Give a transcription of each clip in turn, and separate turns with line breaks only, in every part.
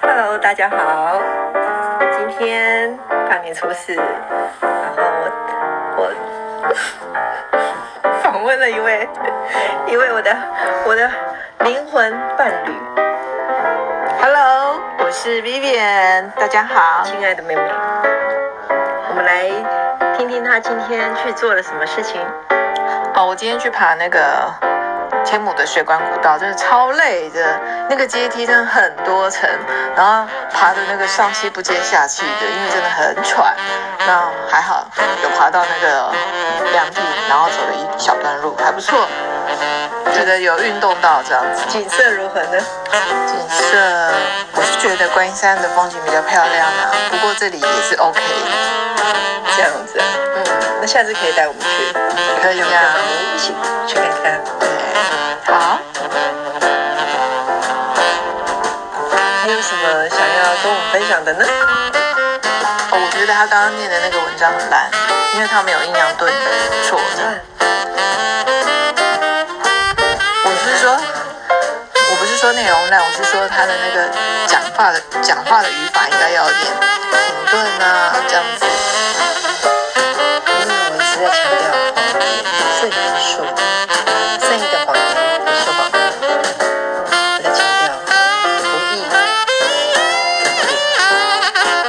Hello，大家好，今天大年初四，然后我 我访问了一位 一位我的我的灵魂伴侣，
Hello，我是 Vivian，大家好。
亲爱的妹妹，我们来听听她今天去做了什么事情。
哦，我今天去爬那个天母的水管古道，真的超累的，那个阶梯真的很多层，然后爬的那个上气不接下气的，因为真的很喘。那还好有爬到那个凉地，然后走了一小段路，还不错，觉得有运动到这样子。
景色如何呢？
景色，我是觉得观音山的风景比较漂亮啊，不过这里也是 OK 的。
这样子，
嗯，
那下次可以带我们去，
可以
我
啊。
们一起去看看。
好。
你有什么想要跟我们分享的呢？
哦，我觉得他刚刚念的那个文章很烂，因为他没有阴阳顿挫的。我是说，我不是说内容烂，我是说他的那个讲话的讲话的语法应该要有点停顿啊，这样子。
因为嗯我一直在强调哦谎言胜于说，善意的谎言不是谎言。我在强调不义正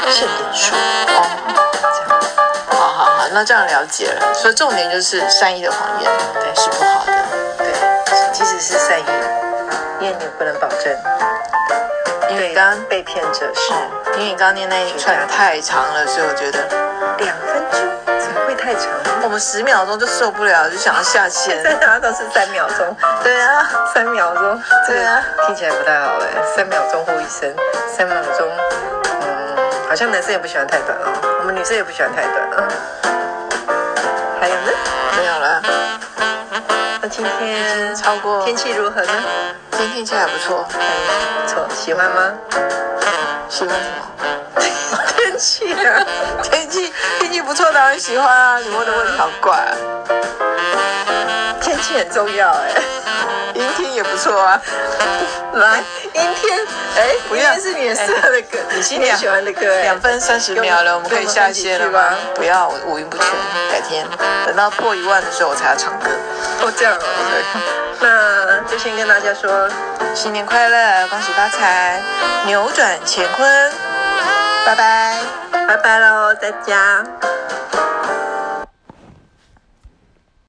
义，胜于说。
哦，
这样
好好好，那这样了解了。所以重点就是善意的谎言，对，是不好的，
对，即使是善意，因为你不能保证
因为
对
你刚刚。
被骗者是
嗯因为你刚刚念那一串太长了，所以我觉得嗯
两分钟，怎么会太长？
我们十秒钟就受不了，就想要下线。
在哪都是三秒钟，
对啊，
三秒钟，这
对
个
啊
听起来不太好哎。三秒钟呼一声，三秒钟，嗯，好像男生也不喜欢太短哦，我们女生也不喜欢太短啊。还有呢？
没有了。
那今天
超过
天气如何呢？
今天天气还不错，
不错，喜欢 吗？
喜欢什么？
天气啊，
天气天气不错，当然喜欢啊！你问的问题好怪啊。
天气很重要哎。
阴天也不错啊。
来，阴天，哎，
不
阴
要
天是你很适合的歌，
你先
你很
讲
喜欢的歌哎。
两分三十秒了，我们可以下线了
给
吗
我们几句？
不要，我五音不全，改天等到破一万的时候我才要唱歌。
哦，这样哦。那就先跟大家说
新年快乐，恭喜发财，扭转乾坤，拜拜。
拜拜喽，大家。